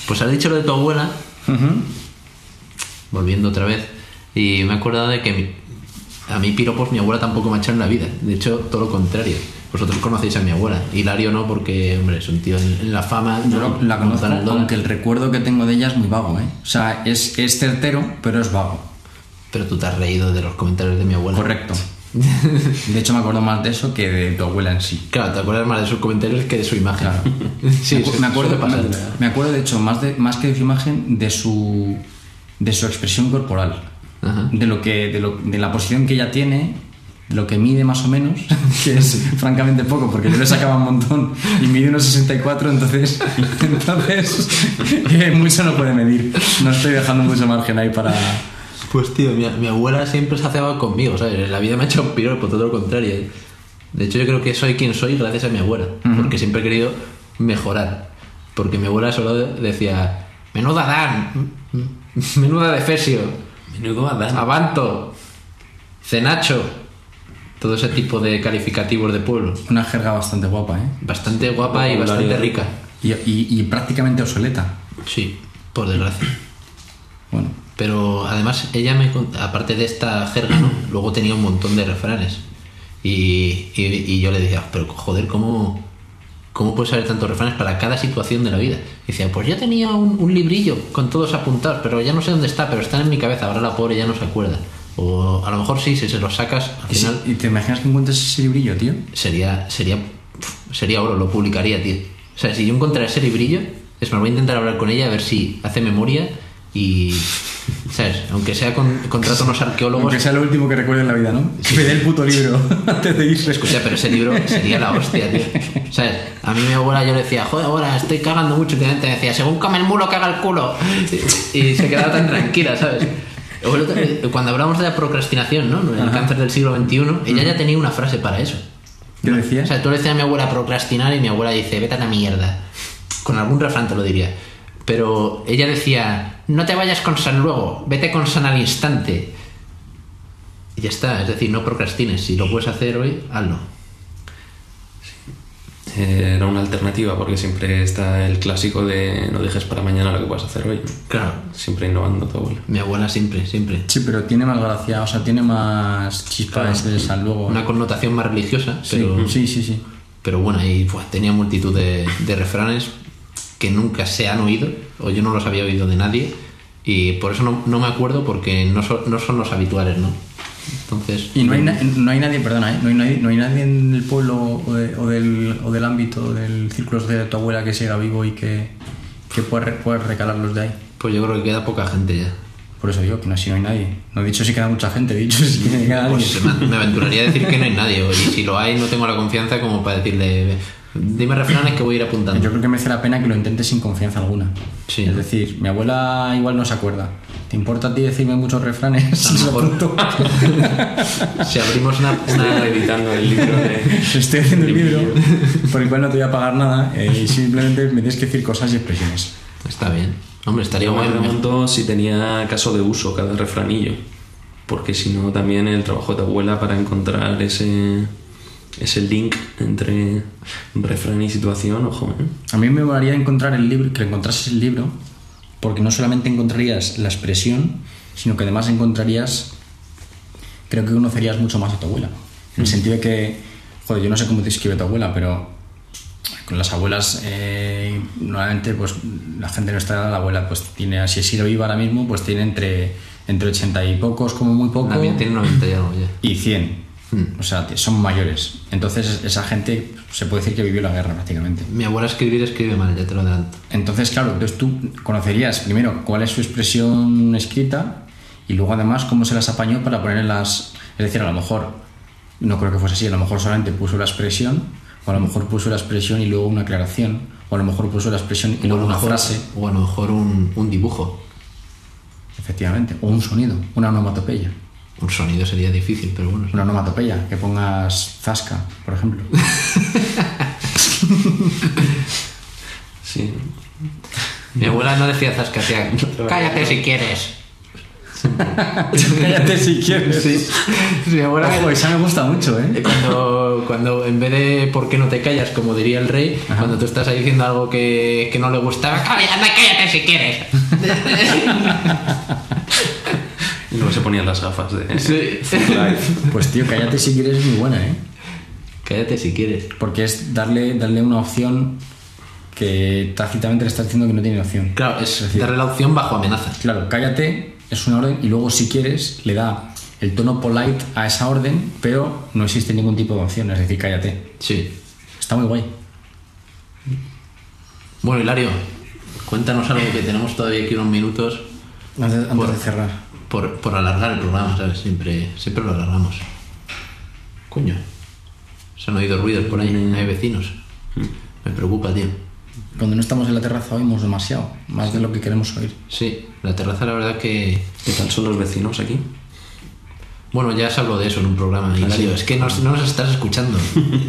Pues has dicho lo de tu abuela, Ujú. volviendo otra vez. Y me he acordado de que mi- a mí piropos mi abuela tampoco me ha echado en la vida. De hecho, todo lo contrario. Vosotros conocéis a mi abuela. Hilario no, porque, hombre, es un tío en, en la fama. Yo ¿no? lo- la conozco, Montana Lola. aunque el recuerdo que tengo de ella es muy vago, ¿eh? O sea, es, es certero, pero es vago. Pero tú te has reído de los comentarios de mi abuela. Correcto. De hecho, me acuerdo más de eso que de tu abuela en sí. Claro, te acuerdas más de sus comentarios que de su imagen. Claro. Sí, me, acu- su- me acuerdo, suele pasar. me, me acuerdo, de hecho, más, de, más que de su imagen, de su, de su expresión corporal. Ajá. De, lo que, de, lo- de la posición que ella tiene, de lo que mide más o menos, que es francamente poco, porque yo le sacaba un montón y mide unos 64, entonces, entonces eh, mucho no puede medir. No estoy dejando mucho margen ahí para... Pues tío, mi, mi abuela siempre se haceaba conmigo, ¿sabes? En la vida me ha hecho un piropo, todo lo contrario. De hecho, yo creo que soy quien soy gracias a mi abuela, porque siempre he querido mejorar. Porque mi abuela solo de- decía, menuda Dan, menuda defesio, Menudo Adán. avanto, cenacho, todo ese tipo de calificativos de pueblo. Una jerga bastante guapa, ¿eh? Bastante guapa y bastante rica. Y, y- y prácticamente obsoleta. Sí, por desgracia. Bueno, Pero además ella me cont- aparte de esta jerga, ¿no? luego tenía un montón de refranes. Y, y- y yo le decía, pero joder, ¿cómo, ¿cómo puedes saber tantos refranes para cada situación de la vida? Y decía, pues yo tenía un, un librillo con todos apuntados, pero ya no sé dónde está, pero están en mi cabeza, ahora la pobre ya no se acuerda. O a lo mejor sí, si se los sacas, al ¿Y, si- final y te imaginas que encuentras ese librillo, tío? sería, sería, pf, sería oro, lo publicaría, tío. O sea, si yo encontrara ese librillo, es más, voy a intentar hablar con ella a ver si hace memoria y, ¿sabes? Aunque sea con, contrato a unos arqueólogos. Aunque sea lo último que recuerde en la vida, ¿no? Que me dé el puto libro antes de irse. O sea, pero ese libro sería la hostia, tío. ¿Sabes? A mí mi abuela yo le decía, joder, ahora estoy cagando mucho. Y te decía, según come el mulo, caga el culo. Y, y se quedaba tan tranquila, ¿sabes? O el otro- Cuando hablamos de la procrastinación, ¿no? El cáncer del siglo XXI, ella ya tenía una frase para eso. ¿Qué O decías? sea, tú le decías a mi abuela procrastinar y mi abuela dice, vete a la mierda. Con algún refrán te lo diría. Pero ella decía, no te vayas con San luego, vete con San al instante. Y ya está, es decir, no procrastines. Si lo puedes hacer hoy, hazlo. Eh, Era una alternativa porque siempre está el clásico de no dejes para mañana lo que puedas hacer hoy. Claro. Siempre innovando tu abuela. Mi abuela siempre, siempre. Sí, pero tiene más gracia, o sea, tiene más chispa Claro. ese de San Luego. ¿eh? Una connotación más religiosa, Sí, pero, sí, sí, sí. pero bueno, y pues, tenía multitud de, de refranes que nunca se han oído, o yo no los había oído de nadie, y por eso no, no me acuerdo porque no, son- no son los habituales, ¿no? Entonces... Y no hay, na- no hay nadie, perdona, ¿eh? no, hay nadie, no hay nadie en el pueblo o, de- o del, o del ámbito del círculo de tu abuela que siga vivo y que, que pueda, re- pueda recalarlos de ahí. Pues yo creo que queda poca gente ya. Por eso digo que no, si no hay nadie. No he dicho si queda mucha gente, he dicho si queda alguien. Pues se me, me aventuraría a decir que no hay nadie, y si lo hay no tengo la confianza como para decirle... Dime refranes que voy a ir Yo apuntando. creo que merece la pena que lo intentes sin confianza alguna. Sí. Es decir, mi abuela igual no se acuerda. ¿Te importa a ti decirme muchos refranes? A lo mejor. Los apunto. Si abrimos una... una- Estoy editando el libro de... Estoy haciendo el libro, por el cual no te voy a pagar nada. eh, y simplemente me tienes que decir cosas y expresiones. Está bien. Hombre, estaría Yo me guay. pregunto si tenía caso de uso cada refranillo. Porque si no, también el trabajo de tu abuela para encontrar ese, ese link entre refrán y situación, ojo, ¿eh? A mí me molaría encontrar el libro, que encontrases el libro, porque no solamente encontrarías la expresión, sino que además encontrarías, creo que conocerías mucho más a tu abuela. En el Mm. sentido de que, joder, yo no sé cómo te escribe tu abuela, pero con las abuelas, eh, normalmente, pues la gente no está la abuela, pues tiene, si sigue viva ahora mismo, pues tiene entre, entre 80 y pocos, como muy poco La mía tiene 90 y algo ya. Hmm. y 100. O sea, t- son mayores. Entonces, esa gente se puede decir que vivió la guerra prácticamente. Mi abuela escribir escribe mal, ya te lo adelanto. Entonces, claro, entonces tú conocerías primero cuál es su expresión escrita Y luego además cómo se las apañó para poner en las... Es decir, a lo mejor, no creo que fuese así, a lo mejor solamente puso la expresión, o a lo mejor puso la expresión y luego una aclaración, o a lo mejor puso la expresión y O a luego lo una mejor, frase, o a lo mejor un, un dibujo. efectivamente, o un sonido, una onomatopeya. Un sonido sería difícil, pero bueno. Una onomatopeya, que pongas zasca, por ejemplo. Sí, Mi abuela no decía zascatear. Cállate si quieres. Cállate si quieres. Mi abuela Ojo, esa me gusta mucho, ¿eh? Eh, Cuando, cuando en vez de ¿por qué no te callas? Como diría el rey, cuando tú estás ahí diciendo algo que, que no le gustaba, "Cállate, anda, cállate si quieres. Y luego se ponían las gafas de Sí. Life. Pues tío, cállate si quieres es muy buena, ¿eh? Cállate si quieres. Porque es darle, darle una opción que tácitamente le estás diciendo que no tiene opción. Claro, es darle la opción bajo amenaza. Claro, cállate es una orden y luego si quieres le da el tono polite a esa orden, pero no existe ningún tipo de opción, es decir, cállate. Sí. Está muy guay. Bueno, Hilario, cuéntanos algo que tenemos todavía aquí unos minutos Antes, antes Por- de cerrar. por, por alargar el programa, ¿sabes? Siempre, siempre lo alargamos. Coño. Se han oído ruidos por ahí, hay vecinos. Me preocupa, tío. Cuando no estamos en la terraza oímos demasiado, más de lo que queremos oír. Sí, la terraza la verdad que ¿Qué tal son los vecinos aquí? Bueno, ya se habló de eso en un programa, Hilario. Es que no, no nos estás escuchando.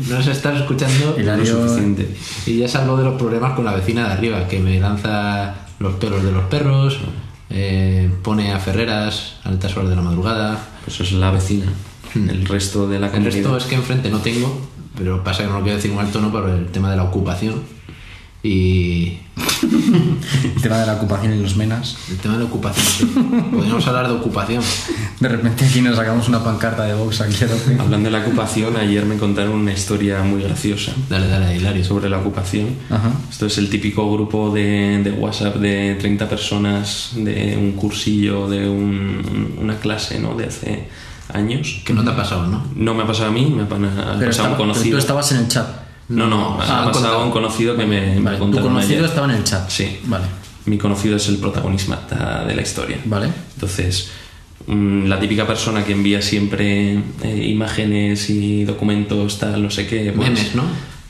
No nos estás escuchando. Hilario- No es suficiente. Y ya se habló de los problemas con la vecina de arriba, que me lanza los pelos de los perros, eh, pone a Ferreras a altas horas de la madrugada. Pues es la vecina. El resto de la El comunidad. resto es que enfrente no tengo, pero pasa que no lo quiero decir en alto, ¿no? Por el tema de la ocupación. Y El tema de la ocupación en los menas. el tema de la ocupación, sí. Podríamos hablar de ocupación. De repente aquí nos sacamos una pancarta de box aquí a tope. Hablando de la ocupación, ayer me contaron una historia muy graciosa Dale, dale, Hilario. sobre la ocupación. Ajá. Esto es el típico grupo de, de WhatsApp de 30 personas de un cursillo, de un- una clase, ¿no? De hace años. Que no te ha pasado, ¿no? No me ha pasado a mí, me ha pa- ha Pero, pasado a estaba- un pero tú conocido. estabas en el chat. No, no, Ah, ha han pasado a contado. un conocido que me, me Vale, tu contaron conocido ayer. estaba en el chat. Sí. Vale, Mi conocido es el protagonista de la historia. vale. Entonces, mm, la típica persona que envía siempre eh, imágenes y documentos, tal, no sé qué. pues- Memes, ¿no?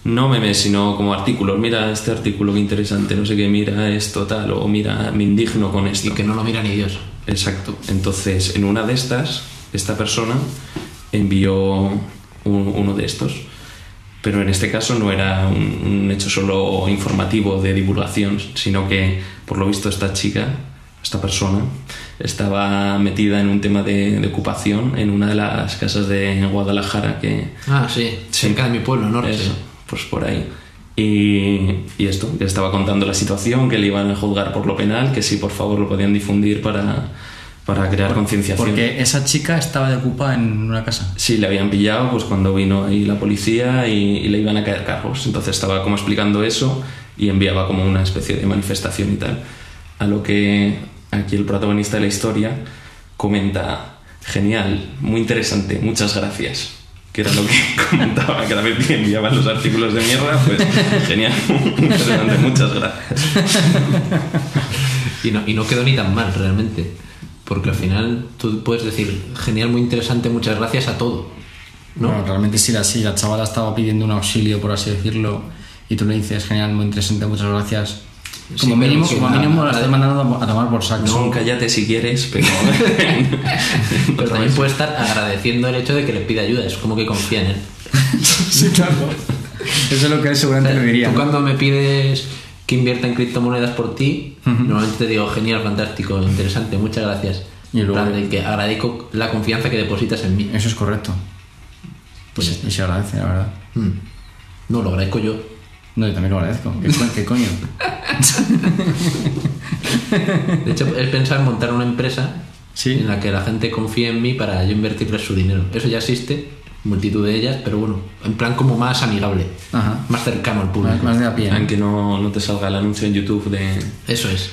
No memes, sino como artículos. Mira este artículo, qué interesante, no sé qué, mira esto, tal, o mira, me indigno con Y esto. que no lo mira ni Dios. Exacto. Entonces, en una de estas, esta persona envió un- uno de estos. Pero en este caso no era un, un hecho solo informativo de divulgación, sino que, por lo visto, esta chica, esta persona, estaba metida en un tema de, de ocupación en una de las casas de Guadalajara que, Ah, sí. Cerca de mi pueblo, norte. eso, pues por ahí. Y, y esto, que estaba contando la situación, que le iban a juzgar por lo penal, que si por favor lo podían difundir para, para crear concienciación. Porque esa chica estaba de ocupa en una casa. Sí, le habían pillado pues cuando vino ahí la policía y, y le iban a caer cargos. Entonces estaba como explicando eso y enviaba como una especie de manifestación y tal. A lo que aquí el protagonista de la historia comenta, genial, muy interesante, muchas gracias. Que era lo que comentaba cada vez que enviaban los artículos de mierda, pues genial, muy interesante, muchas gracias. Y no, y no quedó ni tan mal realmente. Porque al final tú puedes decir, genial, muy interesante, muchas gracias a todo. ¿No? Bueno, realmente sí, la, sí, la chavala estaba pidiendo un auxilio, por así decirlo, y tú le dices, genial, muy interesante, muchas gracias. Sí, Como pero mínimo, que como nada, mínimo la nada. estás mandando a tomar por saco. No, cállate si quieres, pero... Pero también puede estar agradeciendo el hecho de que le pida ayuda, es como que confía en él. Sí, claro. Eso es lo que él seguramente le diría. Eh, Tú ¿no? cuando me pides que invierta en criptomonedas por ti, normalmente te digo, genial, fantástico, interesante, muchas gracias. Y luego- En plan de que agradezco la confianza que depositas en mí. Eso es correcto. Pues y se agradece, la verdad. Mm. No, lo agradezco yo. No, yo también lo agradezco. ¿Qué, co- qué coño? De hecho, he pensado en montar una empresa Sí. en la que la gente confíe en mí para yo invertirles su dinero. Eso ya existe, multitud de ellas, pero bueno, en plan como más amigable, Ajá. más cercano al Más, público. más de a pie. ¿no? Aunque no, no te salga el anuncio en YouTube de... Eso es.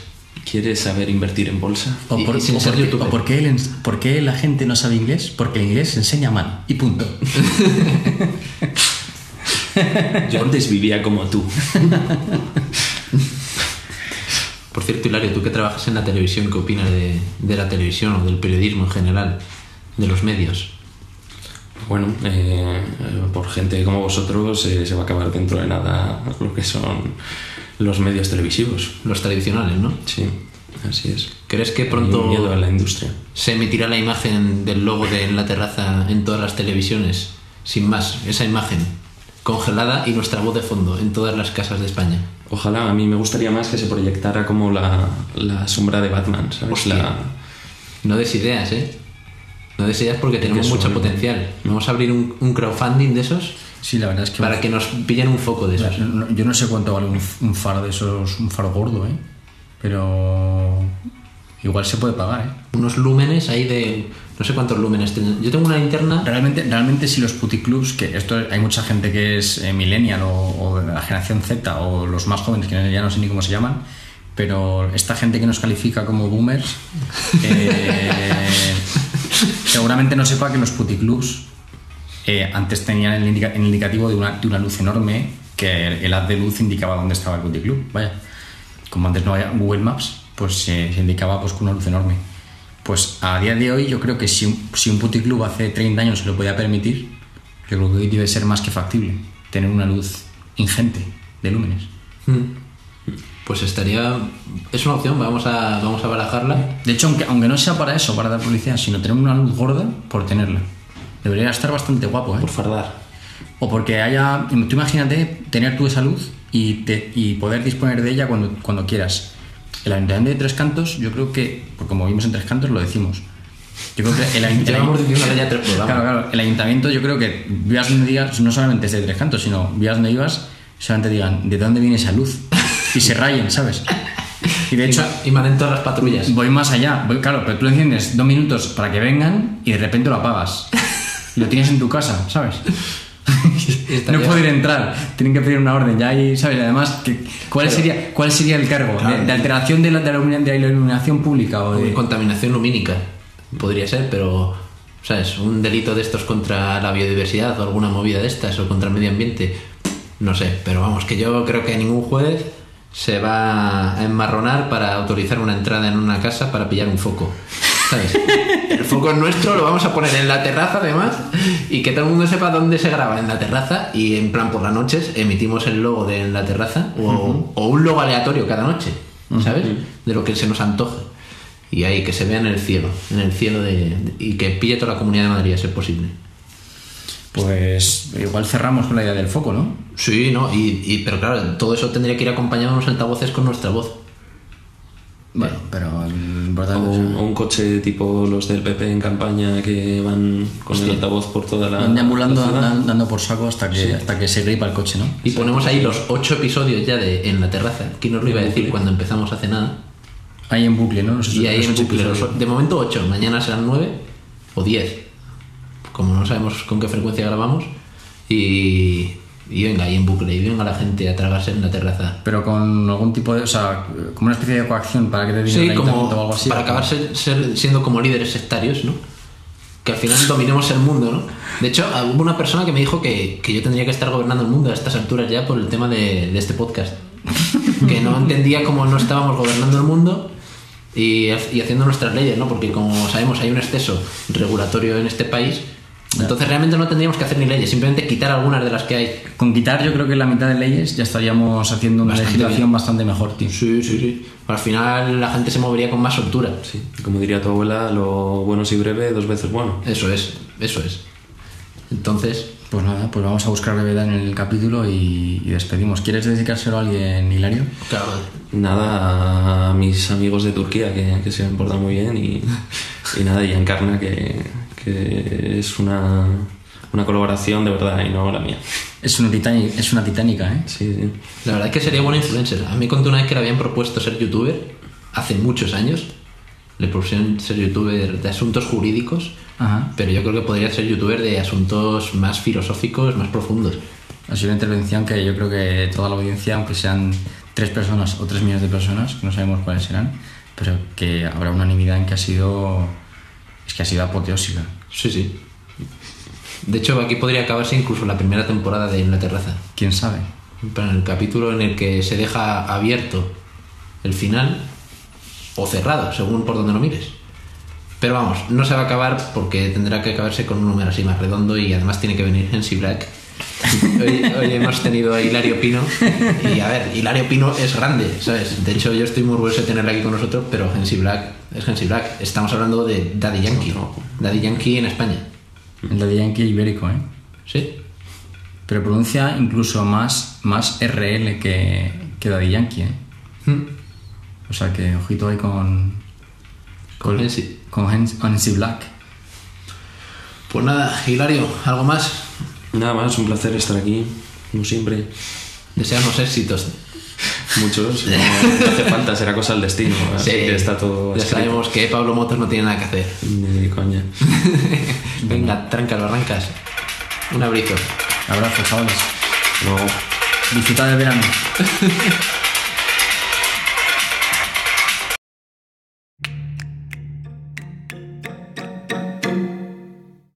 ¿Quieres saber invertir en bolsa? Y- O, por, y sin o ser porque- youtuber. o porque él ens- por qué la gente no sabe inglés? Porque el inglés se enseña mal. Y punto. Yo antes vivía como tú. Por cierto, Hilario, tú que trabajas en la televisión, ¿qué opinas de, de la televisión o del periodismo en general, de los medios? Bueno, eh, por gente como vosotros eh, se va a acabar dentro de nada lo que son los medios televisivos. Los tradicionales, ¿no? Sí, así es. ¿Crees que Hay un miedo a pronto la industria. se emitirá la imagen del logo de en la terraza en todas las televisiones? Sin más, esa imagen congelada y nuestra voz de fondo en todas las casas de España. Ojalá, a mí me gustaría más que se proyectara como la, la sombra de Batman, ¿sabes? Hostia. La- No des ideas, ¿eh? No des ideas porque tenemos que mucho suene. potencial. Vamos a abrir un, un crowdfunding de esos Sí, la verdad es que. para que nos pillen un foco de esos. No- Yo no sé cuánto vale un, f- un faro de esos, un faro gordo, ¿eh? Pero. Igual se puede pagar, ¿eh? Unos lúmenes ahí de... No sé cuántos lúmenes tienen. Yo tengo una linterna... Realmente, realmente si los puticlubs, que esto hay mucha gente que es eh, millennial o, o de la generación Z o los más jóvenes, que ya no sé ni cómo se llaman, pero esta gente que nos califica como boomers, eh, seguramente no sepa que los puticlubs eh, antes tenían el, indica- el indicativo de una, de una luz enorme, que el, el haz de luz indicaba dónde estaba el puticlub. Vaya, como antes no había Google Maps, pues eh, se indicaba pues, con una luz enorme. Pues a día de hoy yo creo que si un, si un puticlub hace 30 años se lo podía permitir, yo creo que hoy debe ser más que factible tener una luz ingente de lúmenes. Mm. Pues estaría... Es una opción, vamos a, vamos a barajarla. De hecho, aunque, aunque no sea para eso, para dar publicidad, sino tener una luz gorda por tenerla. Debería estar bastante guapo, ¿eh? Por fardar. O porque haya. Tú imagínate tener tú esa luz y, te- y poder disponer de ella cuando, cuando quieras. El ayuntamiento de Tres Cantos, yo creo que. porque Como vimos en Tres Cantos, lo decimos. Yo creo que el, ayu- el Llevamos ayu- diciéndolo ya tres programas. Claro, claro. El ayuntamiento, yo creo que vivas donde digas, no solamente es de Tres Cantos, sino vivas donde ibas, solamente digan, ¿de dónde viene esa luz? Y se rayen, ¿sabes? Y de hecho, y van en todas las patrullas. Voy más allá, voy, claro, pero tú lo enciendes dos minutos para que vengan y de repente lo apagas. Y lo tienes en tu casa, ¿sabes? Estaría- no pueden entrar, tienen que pedir una orden ya y, ¿sabes? Además, que- ¿cuál, sería, ¿cuál sería el cargo? ¿De, de alteración de la, de la ilumi- de la iluminación pública o de...? Contaminación lumínica. Podría ser, pero... ¿Sabes? Un delito de estos contra la biodiversidad o alguna movida de estas o contra el medio ambiente. No sé, pero vamos, que yo creo que ningún juez se va a enmarronar para autorizar una entrada en una casa para pillar un foco. ¿Sabes? El foco es nuestro, lo vamos a poner en la terraza además y que todo el mundo sepa dónde se graba en la terraza y en plan por las noches emitimos el logo de en la terraza o, o un logo aleatorio cada noche, ¿sabes? De lo que se nos antoje. Y ahí que se vea en el cielo, en el cielo de, de- y que pille toda la comunidad de Madrid a ser posible. Pues igual cerramos con la idea del foco, ¿no? Sí, no, y, y- pero claro, todo eso tendría que ir acompañado de unos altavoces con nuestra voz. Bueno, pero el O importante un, o un coche tipo los del PP en campaña que van con el altavoz por toda la. van deambulando, la ciudad. andan- dando por saco hasta que, hasta que se gripa el coche, ¿no? Y ponemos ahí los ocho episodios ya de en la terraza. ¿Quién nos lo iba a decir cuando empezamos hace nada? Ahí en bucle, ¿no? Los- Y ahí los en ocho bucle, los- episodios. de momento 8, mañana serán 9 o 10. Como no sabemos con qué frecuencia grabamos. Y, y venga, ahí en bucle, y venga la gente a tragarse en la terraza. Pero con algún tipo de. O sea, como una especie de coacción para que te digan Sí, el como ayuntamiento o algo así. para acabar ser- ser- siendo como líderes sectarios, ¿no? Que al final dominemos el mundo, ¿no? De hecho, hubo una persona que me dijo que, que yo tendría que estar gobernando el mundo a estas alturas ya por el tema de, de este podcast. Que no entendía cómo no estábamos gobernando el mundo y, ha- y haciendo nuestras leyes, ¿no? Porque como sabemos hay un exceso regulatorio en este país. Entonces realmente no tendríamos que hacer ni leyes, simplemente quitar algunas de las que hay. Con quitar, yo creo que la mitad de leyes ya estaríamos haciendo una Bastante legislación bien. bastante mejor, tío. Sí, sí, sí. Al final la gente se movería con más soltura. Sí, como diría tu abuela, lo bueno si breve, dos veces bueno. Eso es, eso es. Entonces, Pues nada, pues vamos a buscar brevedad en el capítulo y, y despedimos. ¿Quieres dedicárselo a alguien, Hilario? claro, Nada a mis amigos de Turquía que, que se han portado muy bien y, y nada, y a Encarna que, que es una, una colaboración de verdad y no la mía. Es una, titani- es una titánica, ¿eh? Sí, sí. la verdad es que sería buena influencer. A mí contó una vez que le habían propuesto ser youtuber hace muchos años. Le propusieron ser youtuber de asuntos jurídicos, Ajá. pero yo creo que podría ser youtuber de asuntos más filosóficos, más profundos. Ha sido una intervención que yo creo que toda la audiencia, aunque sean tres personas o tres millones de personas, que no sabemos cuáles serán, pero que habrá unanimidad en que ha sido. Es que ha sido apoteósica. Sí, sí. De hecho, aquí podría acabarse incluso la primera temporada de En la Terraza. ¿Quién sabe? En plan, el capítulo en el que se deja abierto el final, o cerrado, según por donde lo mires. Pero vamos, no se va a acabar porque tendrá que acabarse con un número así más redondo y además tiene que venir Hensi Black. Hoy, hoy hemos tenido a Hilario Pino y a ver, Hilario Pino es grande, ¿sabes? De hecho yo estoy muy orgulloso de tenerla aquí con nosotros, pero Hensi Black es Hensi Black. Estamos hablando de Daddy Yankee, Daddy Yankee en España. El de Yankee ibérico, ¿eh? Sí, Pero pronuncia incluso más, más RL que, que Daddy Yankee, ¿eh? O sea que ojito ahí con. con Hensi. Con Hennessy Black. Pues nada, Hilario, ¿algo más? Nada más, un placer estar aquí, como siempre. Deseamos éxitos. Muchos, no, no hace falta, será cosa del destino. Así que está todo. Ya escrito. sabemos que Pablo Motos no tiene nada que hacer. Ni de coña. Venga, tráncalo, arrancas. Un abrazo. Abrazos, chavales. No. Disfrutad del verano.